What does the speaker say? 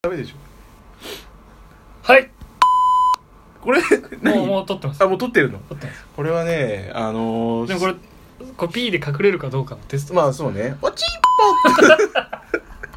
ダメでしょはいこれもう何もう撮ってますあもう撮ってるの撮ってますこれはねあのー、でもこれこう P で隠れるかどうかのテストまあそうねおちっぽ